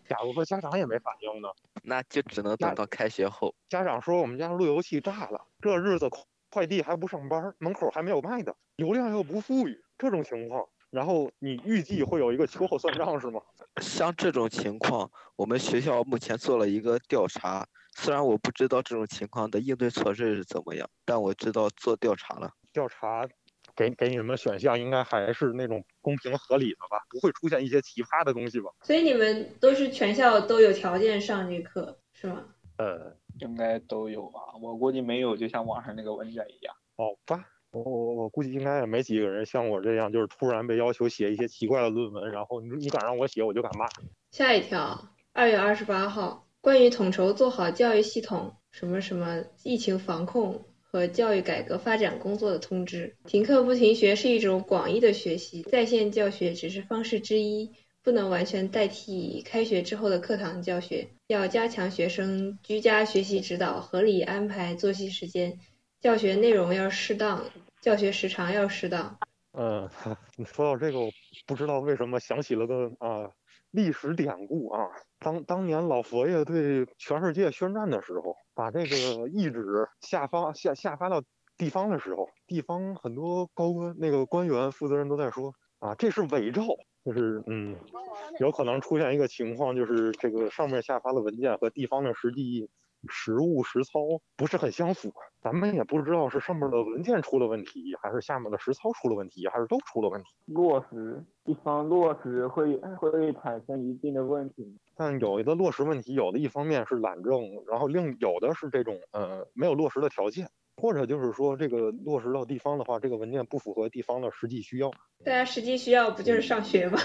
[SPEAKER 3] 假如说家长也没反应呢？
[SPEAKER 6] 那就只能
[SPEAKER 3] 那
[SPEAKER 6] 等到开学后。
[SPEAKER 3] 家长说我们家路由器炸了，这日子快快递还不上班，门口还没有卖的，流量又不富裕，这种情况，然后你预计会有一个秋后算账是吗？
[SPEAKER 6] 像这种情况，我们学校目前做了一个调查，虽然我不知道这种情况的应对措施是怎么样，但我知道做调查了。
[SPEAKER 3] 调查给给你们选项应该还是那种公平合理的吧，不会出现一些奇葩的东西吧？
[SPEAKER 1] 所以你们都是全校都有条件上这课是吗？
[SPEAKER 3] 呃，
[SPEAKER 2] 应该都有吧？我估计没有，就像网上那个问卷一样。
[SPEAKER 3] 好吧，我我我估计应该也没几个人像我这样，就是突然被要求写一些奇怪的论文，然后你你敢让我写，我就敢骂。
[SPEAKER 1] 下一条，二月二十八号，关于统筹做好教育系统什么什么疫情防控和教育改革发展工作的通知。停课不停学是一种广义的学习，在线教学只是方式之一，不能完全代替开学之后的课堂教学。要加强学生居家学习指导，合理安排作息时间，教学内容要适当，教学时长要适当。
[SPEAKER 3] 嗯， 你说到这个，我不知道为什么想起了个啊、历史典故啊。当当年老佛爷对全世界宣战的时候，把这个懿旨下发下下发到地方的时候，地方很多高官那个官员负责人都在说啊，这是伪诏，就是嗯，有可能出现一个情况，就是这个上面下发的文件和地方的实际实物实操不是很相符，咱们也不知道是上面的文件出了问题，还是下面的实操出了问题，还是都出了问题。
[SPEAKER 5] 落实一方落实会会产生一定的问题。
[SPEAKER 3] 但有的落实问题，有的一方面是懒政，然后另有的是这种呃没有落实的条件，或者就是说这个落实到地方的话，这个文件不符合地方的实际需要。
[SPEAKER 1] 大家实际需要不就是上学吗？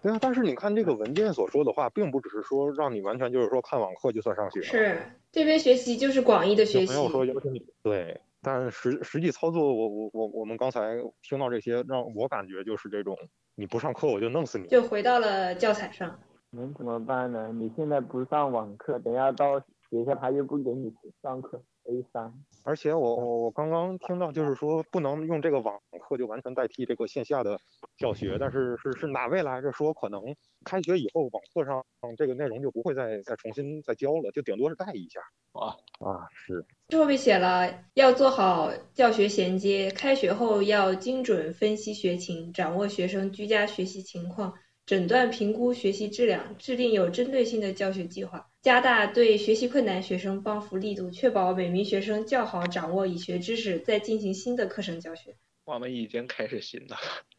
[SPEAKER 3] 对啊，但是你看这个文件所说的话，并不只是说让你完全就是说看网课就算上学，啊
[SPEAKER 1] 是这边学习就是广义的
[SPEAKER 3] 也
[SPEAKER 1] 学习
[SPEAKER 3] 没，有说要求你对但实实际操作，我我我我们刚才听到这些，让我感觉就是这种，你不上课我就弄死你。
[SPEAKER 1] 就回到了教材上。
[SPEAKER 5] 能怎么办呢？你现在不上网课，等下到学校他又不给你上课，A 三。
[SPEAKER 3] 而且我我我刚刚听到就是说不能用这个网课就完全代替这个线下的教学，但是是是哪位来着说可能开学以后网课上这个内容就不会再再重新再教了，就顶多是带一下。
[SPEAKER 2] 啊
[SPEAKER 3] 啊是，
[SPEAKER 1] 这后面写了要做好教学衔接，开学后要精准分析学情，掌握学生居家学习情况，诊断评估学习质量，制定有针对性的教学计划，加大对学习困难学生帮扶力度，确保每名学生较好掌握已学知识，再进行新的课程教学。
[SPEAKER 2] 我们已经开始新的，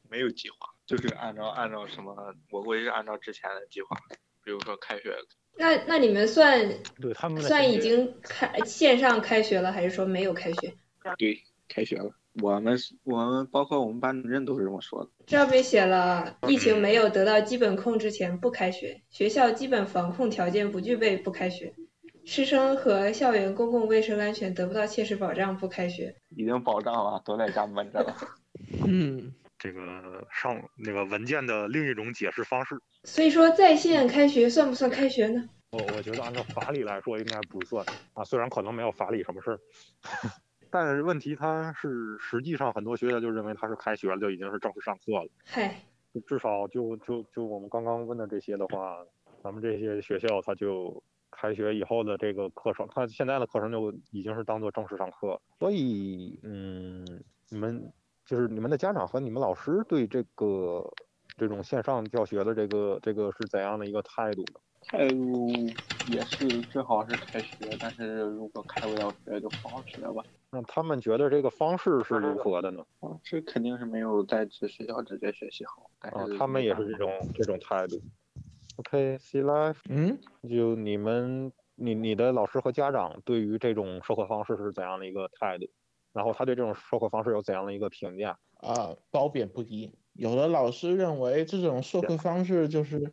[SPEAKER 2] 没有计划，就是按照按照什么，我估计是按照之前的计划，比如说开学，
[SPEAKER 1] 那那你们算
[SPEAKER 3] 对他们的
[SPEAKER 1] 算
[SPEAKER 3] 衔
[SPEAKER 1] 已
[SPEAKER 3] 接
[SPEAKER 1] 经开线上开学了，还是说没有开学？
[SPEAKER 2] 对，开学了。我们是我们包括我们班主任都是这么说的。
[SPEAKER 1] 这边写了，疫情没有得到基本控制前不开学，学校基本防控条件不具备不开学，师生和校园公共卫生安全得不到切实保障不开学。
[SPEAKER 2] 已经保障了，都在家闷着了。
[SPEAKER 4] 嗯，
[SPEAKER 3] 这个上那个文件的另一种解释方式。
[SPEAKER 1] 所以说，在线开学算不算开学呢？
[SPEAKER 3] 我我觉得按照法理来说应该不算啊，虽然可能没有法理什么事儿， 但是问题它是实际上很多学校就认为它是开学了，就已经是正式上课了。
[SPEAKER 1] 嗨，
[SPEAKER 3] 就至少就就就我们刚刚问的这些的话，咱们这些学校它就开学以后的这个课程，它现在的课程就已经是当做正式上课了。所以，嗯，你们就是你们的家长和你们老师对这个这种线上教学的这个这个是怎样的一个态度呢？
[SPEAKER 2] 态度也是，最好是开学，但是如果开不了学就放学吧。
[SPEAKER 3] 让他们觉得这个方式是如何的呢？
[SPEAKER 2] 啊，这肯定是没有在职学校直接学习好。但
[SPEAKER 3] 啊
[SPEAKER 2] 是，
[SPEAKER 3] 他们也是
[SPEAKER 2] 没
[SPEAKER 3] 这
[SPEAKER 2] 办法
[SPEAKER 3] 种这种态度。OK，C life，
[SPEAKER 4] 嗯，
[SPEAKER 3] 就你们你你的老师和家长对于这种授课方式是怎样的一个态度？然后他对这种授课方式有怎样的一个评价？
[SPEAKER 4] 啊，褒贬不一。有的老师认为这种授课方式就是，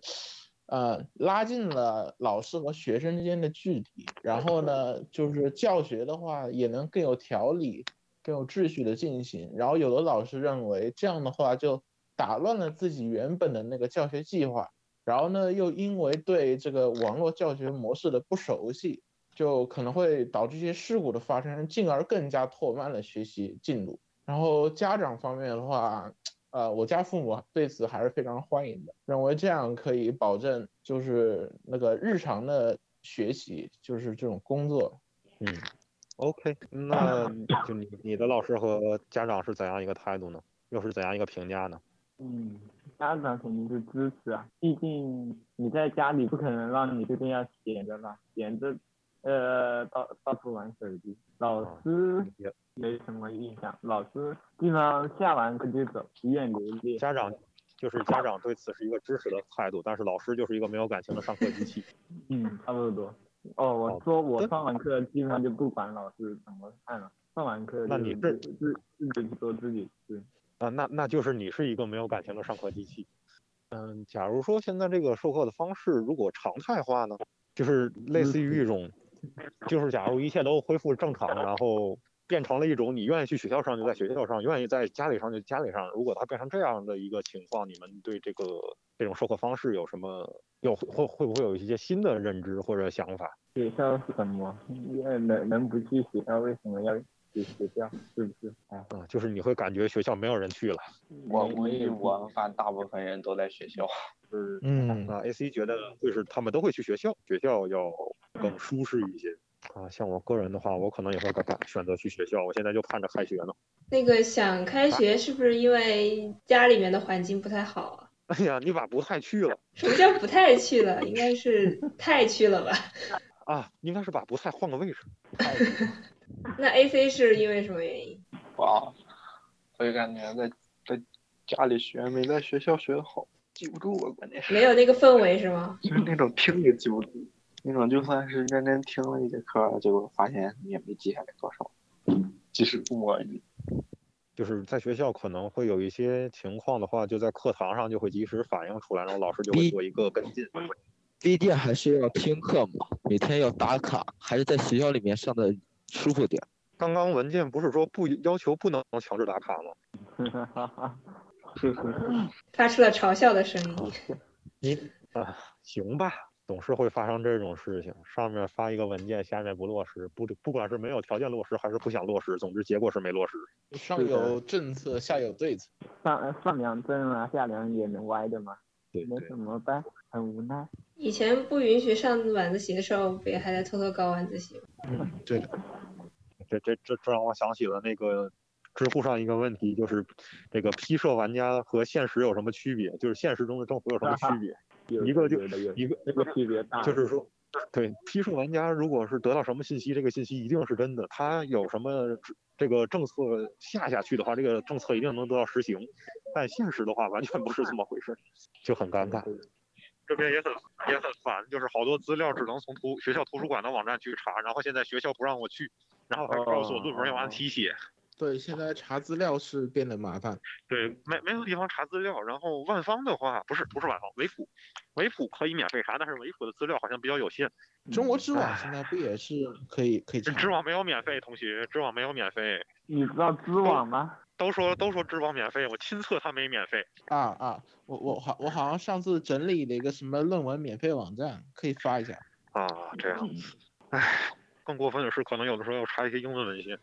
[SPEAKER 4] 呃，拉近了老师和学生之间的距离，然后呢，就是教学的话也能更有条理、更有秩序的进行。然后有的老师认为这样的话就打乱了自己原本的那个教学计划，然后呢，又因为对这个网络教学模式的不熟悉，就可能会导致一些事故的发生，进而更加拖慢了学习进度。然后家长方面的话，呃，我家父母对此还是非常欢迎的，认为这样可以保证就是那个日常的学习，就是这种工作。
[SPEAKER 3] 嗯，OK，那就你你的老师和家长是怎样一个态度呢？又是怎样一个评价呢？
[SPEAKER 5] 嗯，家长肯定是支持啊，毕竟你在家里不可能让你就这样闲着嘛，闲着，呃，到到处玩手机。老师
[SPEAKER 3] 也
[SPEAKER 5] 没什么印象，老师基本上下完课就走，永远留恋。
[SPEAKER 3] 家长就是家长对此是一个支持的态度，但是老师就是一个没有感情的上课机器。
[SPEAKER 5] 嗯，差不多。哦，
[SPEAKER 3] 好
[SPEAKER 5] 我说我
[SPEAKER 3] 的
[SPEAKER 5] 上完课基本上就不管老师怎么看了，上完课
[SPEAKER 3] 那
[SPEAKER 5] 就
[SPEAKER 3] 你
[SPEAKER 5] 是
[SPEAKER 3] 这
[SPEAKER 5] 自自自己做自己事。
[SPEAKER 3] 啊，那那就是你是一个没有感情的上课机器。嗯，假如说现在这个授课的方式如果常态化呢，就是类似于一种，就是假如一切都恢复正常，然后变成了一种你愿意去学校上就在学校上，愿意在家里上就家里上。如果它变成这样的一个情况，你们对这个这种授课方式有什么，有会会不会有一些新的认知或者想法？
[SPEAKER 5] 学校是什么？呃能能不去学校，为什么要去学校？是不是？哎，
[SPEAKER 3] 嗯，就是你会感觉学校没有人去了。
[SPEAKER 2] 我
[SPEAKER 3] 嗯
[SPEAKER 2] 估计我们班大部分人都在学校。
[SPEAKER 5] 是
[SPEAKER 4] 嗯
[SPEAKER 3] 啊，AC 觉得就是他们都会去学校，学校要更舒适一些。啊，像我个人的话，我可能也会改改选择去学校，我现在就盼着开学呢。
[SPEAKER 1] 那个想开学是不是因为家里面的环境不太好啊？
[SPEAKER 3] 哎呀，你把不太去了
[SPEAKER 1] 什么叫不太去了？应该是太去了吧？
[SPEAKER 3] 啊，应该是把不太换个位置。
[SPEAKER 1] 那 A C 是因为什么原因？
[SPEAKER 2] 哇，我就感觉在在家里学没在学校学的好，记不住啊，关键是
[SPEAKER 1] 没有那个氛围是吗？
[SPEAKER 2] 就是那种听也记不住，那种就算是认真听了一节课，结果发现你也没记下来多少，即使不摸鱼。
[SPEAKER 3] 就是在学校可能会有一些情况的话，就在课堂上就会及时反映出来，然后老师就会
[SPEAKER 6] 逼
[SPEAKER 3] 做一个跟进。
[SPEAKER 6] 毕竟还是要听课嘛，每天要打卡，还是在学校里面上的舒服点儿。
[SPEAKER 3] 刚刚文件不是说不要求不能强制打卡吗？
[SPEAKER 5] 是是是，
[SPEAKER 1] 发出了嘲笑的声音。
[SPEAKER 3] 你啊，行吧，总是会发生这种事情。上面发一个文件，下面不落实，不不管是没有条件落实还是不想落实，总之结果是没落实。
[SPEAKER 4] 呃上有政策，下有对策。
[SPEAKER 5] 上上梁正啊，下梁也能歪的嘛，
[SPEAKER 3] 对
[SPEAKER 5] 那
[SPEAKER 3] 对
[SPEAKER 5] 怎么办？很无奈。
[SPEAKER 1] 以前不允许上晚自习的时候，不也还在偷偷搞晚自习吗？
[SPEAKER 4] 嗯，对的。
[SPEAKER 3] 这这这这让我想起了那个知乎上一个问题，就是这个 P 社玩家和现实有什么区别？就是现实中的政府 有什么区别？
[SPEAKER 5] 有
[SPEAKER 3] 一个就
[SPEAKER 5] 有的有的
[SPEAKER 3] 一个
[SPEAKER 5] 这个区别大，
[SPEAKER 3] 就是说，啊对批数玩家，如果是得到什么信息，这个信息一定是真的。他有什么这个政策下下去的话，这个政策一定能得到实行。但现实的话，完全不是这么回事 儿，就很尴尬。这边也很也很烦，就是好多资料只能从图学校图书馆的网站去查，然后现在学校不让我去，然后还告诉我论文要按题写，
[SPEAKER 4] 对，现在查资料是变得麻烦。
[SPEAKER 3] 对，没没有地方查资料。然后万方的话，不是不是万方，维普，维普可以免费查，但是维普的资料好像比较有限。
[SPEAKER 4] 中国知网现在不也是可以可以查？
[SPEAKER 3] 嗯知网没有免费，同学，知网没有免费。
[SPEAKER 5] 你知道知网吗？
[SPEAKER 3] 都说都说知网免费，我亲测它没免费。
[SPEAKER 4] 啊啊！我我好我好像上次整理了一个什么论文免费网站，可以发一下。
[SPEAKER 3] 啊，这样，唉，更过分的是，可能有的时候要查一些英文文献，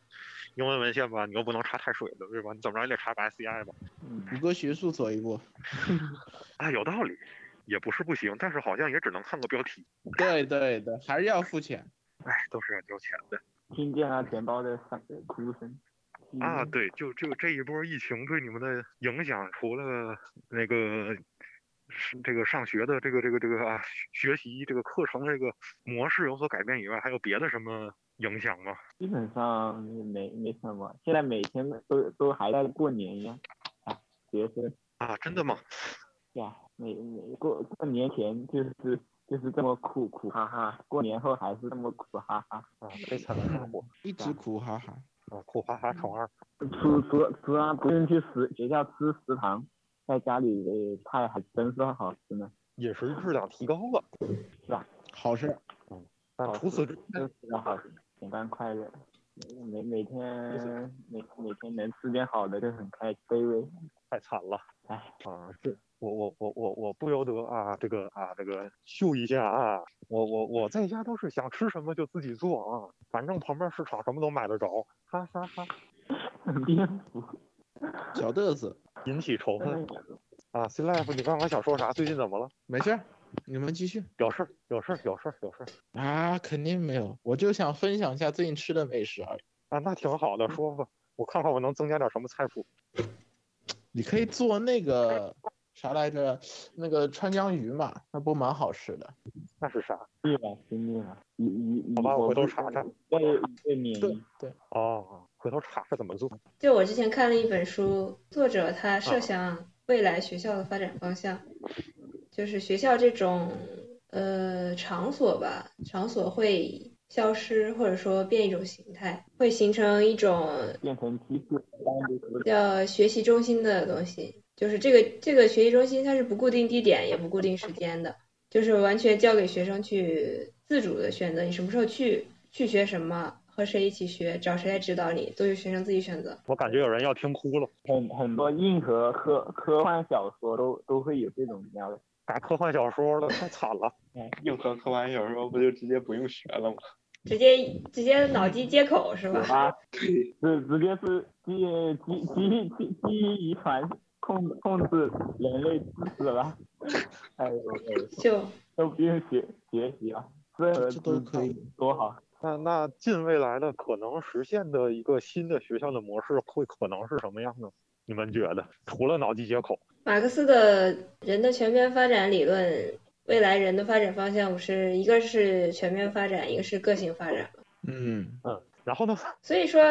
[SPEAKER 3] 英文文献吧，你又不能查太水了，对吧？你怎么着也得查个 SCI 吧？
[SPEAKER 5] 嗯，
[SPEAKER 4] 谷歌学术走一步。
[SPEAKER 3] 啊，有道理，也不是不行，但是好像也只能看个标题。
[SPEAKER 4] 对对对，还是要付钱。
[SPEAKER 3] 唉，都是要交钱的
[SPEAKER 5] 听见了钱包的闪哭声。
[SPEAKER 3] 啊。
[SPEAKER 5] 嗯，
[SPEAKER 3] 对，就就这一波疫情对你们的影响，除了那个。是这个上学的这个这个这个啊学习这个课程这个模式有所改变以外，还有别的什么影响吗？
[SPEAKER 5] 基本上没没什么，现在每天都都还在过年一样，啊，学生
[SPEAKER 3] 啊，真的吗？
[SPEAKER 5] 呀，每每过过年前就是就是这么苦苦哈哈，过年后还是这么苦哈哈。
[SPEAKER 3] 啊，这才能上火
[SPEAKER 4] 一直苦哈哈。
[SPEAKER 3] 啊！苦哈哈乘二，
[SPEAKER 5] 除除除了不用去食学校吃食堂，在家里的菜还真是好吃呢，
[SPEAKER 3] 饮食质量提高了。
[SPEAKER 4] 好事儿，
[SPEAKER 3] 但
[SPEAKER 5] 好
[SPEAKER 3] 除
[SPEAKER 5] 吃
[SPEAKER 3] 此之
[SPEAKER 5] 真是好吃，简单快乐。每每天每每天能吃点好的就很开卑微，
[SPEAKER 3] 太惨了
[SPEAKER 5] 唉，
[SPEAKER 3] 啊！这我我我我我不由得啊，这个啊这个秀一下啊！我我我在家都是想吃什么就自己做啊，反正旁边市场什么都买得着，哈哈哈！
[SPEAKER 5] 很颠覆。
[SPEAKER 4] 小嘚瑟，
[SPEAKER 3] 引起仇恨啊！C Life，你刚刚想说啥？最近怎么了？
[SPEAKER 4] 没事儿，你们继续
[SPEAKER 3] 有事儿，有事儿，有事儿，有事儿
[SPEAKER 4] 啊，肯定没有，我就想分享一下最近吃的美食而已。
[SPEAKER 3] 啊！那挺好的，说吧，我看看我能增加点什么菜谱。
[SPEAKER 4] 你可以做那个啥来着，那个川江鱼嘛，那不蛮好吃的。
[SPEAKER 3] 那是啥？
[SPEAKER 5] 腻了，吃腻了。啊你你你，
[SPEAKER 3] 好吧我回头
[SPEAKER 5] 不
[SPEAKER 3] 查查。
[SPEAKER 5] 对对，免
[SPEAKER 4] 对
[SPEAKER 5] 疫。
[SPEAKER 4] 对，
[SPEAKER 3] 哦，回头查查怎么做。
[SPEAKER 1] 就我之前看了一本书，作者他设想未来学校的发展方向，就是学校这种呃场所吧，场所会消失或者说变一种形态，会形成一种
[SPEAKER 5] 变成机制，当然就是
[SPEAKER 1] 叫学习中心的东西。就是这个这个学习中心它是不固定地点也不固定时间的，就是完全交给学生去自主的选择你什么时候去去学什么。和谁一起学，找谁来指导你，都是学生自己选择。
[SPEAKER 3] 我感觉有人要听哭了。
[SPEAKER 5] 很很多硬核科科幻小说都都会有这种标的。
[SPEAKER 3] 改科幻小说了，太惨了。
[SPEAKER 2] 硬核科幻有时候不就直接不用学了吗？
[SPEAKER 1] 直接直接脑机接口是
[SPEAKER 5] 有
[SPEAKER 1] 吧？
[SPEAKER 5] 啊，直直接是基基基基基因遗传控控制人类知识了。 哎呦喂，
[SPEAKER 1] 就
[SPEAKER 5] 都不用学学习啊了，这
[SPEAKER 4] 这都可以，
[SPEAKER 5] 多好。
[SPEAKER 3] 那那近未来的可能实现的一个新的学校的模式会可能是什么样呢？你们觉得？除了脑机接口，
[SPEAKER 1] 马克思的人的全面发展理论，未来人的发展方向是一个是全面发展，一个是个性发展嘛。
[SPEAKER 4] 嗯，
[SPEAKER 3] 然后呢？
[SPEAKER 1] 所以说，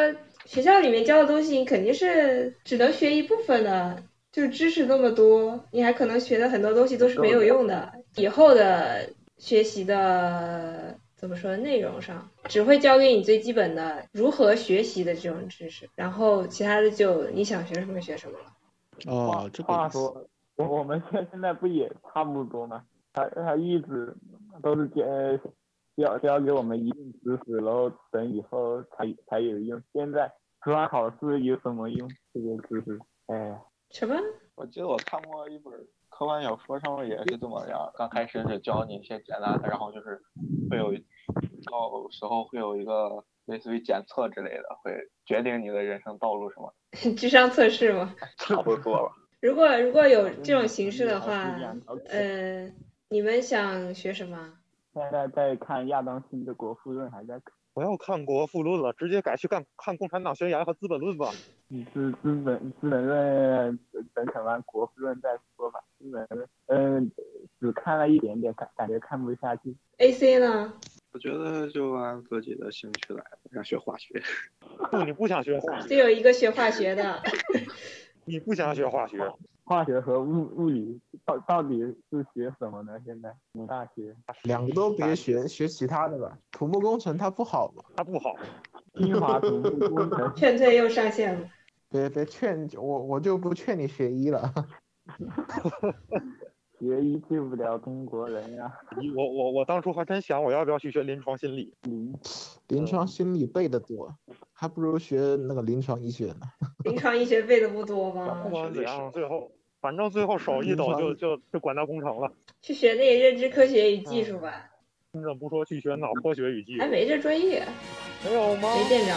[SPEAKER 1] 学校里面教的东西，你肯定是只能学一部分的，就知识那么多，你还可能学的很多东西都是没有用的。以后的学习的怎么说内容上，只会教给你最基本的如何学习的这种知识，然后其他的就你想学什么学什么了。
[SPEAKER 4] 哦，这个
[SPEAKER 5] 话
[SPEAKER 4] 意思
[SPEAKER 5] 说，我我们现现在不也差不多吗？他他一直都是教要要给我们一顿知识，然后等以后才才有用。现在除了考试有什么用？这些知识，哎，
[SPEAKER 1] 什么？
[SPEAKER 2] 我记得我看过一本科幻小说，上面也是这么样，刚开始是教你一些简单的，然后就是会有一到时候会有一个类似于检测之类的，会决定你的人生道路什么，
[SPEAKER 1] 智商测试吗？
[SPEAKER 2] 差不多吧。
[SPEAKER 1] 如果如果有这种形式的
[SPEAKER 5] 还
[SPEAKER 1] 话
[SPEAKER 5] 是两条腿
[SPEAKER 1] 嗯、你们想学什么？
[SPEAKER 5] 现在在看亚当斯密的《国富论》，还在看
[SPEAKER 3] 不要看《国富论》了，直接改去看看《共产党宣言》和《资本论》吧。
[SPEAKER 5] 资资本资本论，等看完《国富论》再说吧。资本论，嗯、只看了一点点，感感觉看不下去。
[SPEAKER 1] A C 呢？
[SPEAKER 2] 我觉得就按自己的兴趣来，像学化学，
[SPEAKER 3] 不，你不想学化
[SPEAKER 1] 就
[SPEAKER 3] 学，
[SPEAKER 1] 有一个学化学的，，
[SPEAKER 3] 你不想学化学，
[SPEAKER 5] 化学和物物理到到底是学什么呢？现在读大学，
[SPEAKER 4] 两个都别学，学其他的吧。土木工程它不好嘛，
[SPEAKER 3] 它不好。
[SPEAKER 5] 清华土木工程
[SPEAKER 1] 劝退又上线了。
[SPEAKER 4] 别别劝我，我就不劝你学医了。
[SPEAKER 5] 学医救不了中国人呀、
[SPEAKER 3] 你我我我当初还真想我要不要去学临床心理，
[SPEAKER 5] 零
[SPEAKER 4] 临床心理背的多，还不如学那个临床医学呢。
[SPEAKER 1] 临床医学背的不多
[SPEAKER 3] 不
[SPEAKER 1] 吗？
[SPEAKER 3] 管怎样，最后反正最后手一抖就就就管到工程了。
[SPEAKER 1] 去学那认知科学与技术吧，
[SPEAKER 3] 你怎么不说去学脑科学与技
[SPEAKER 1] 还
[SPEAKER 3] 术？
[SPEAKER 1] 没这专业，哎
[SPEAKER 3] 没有吗？
[SPEAKER 1] 没见着。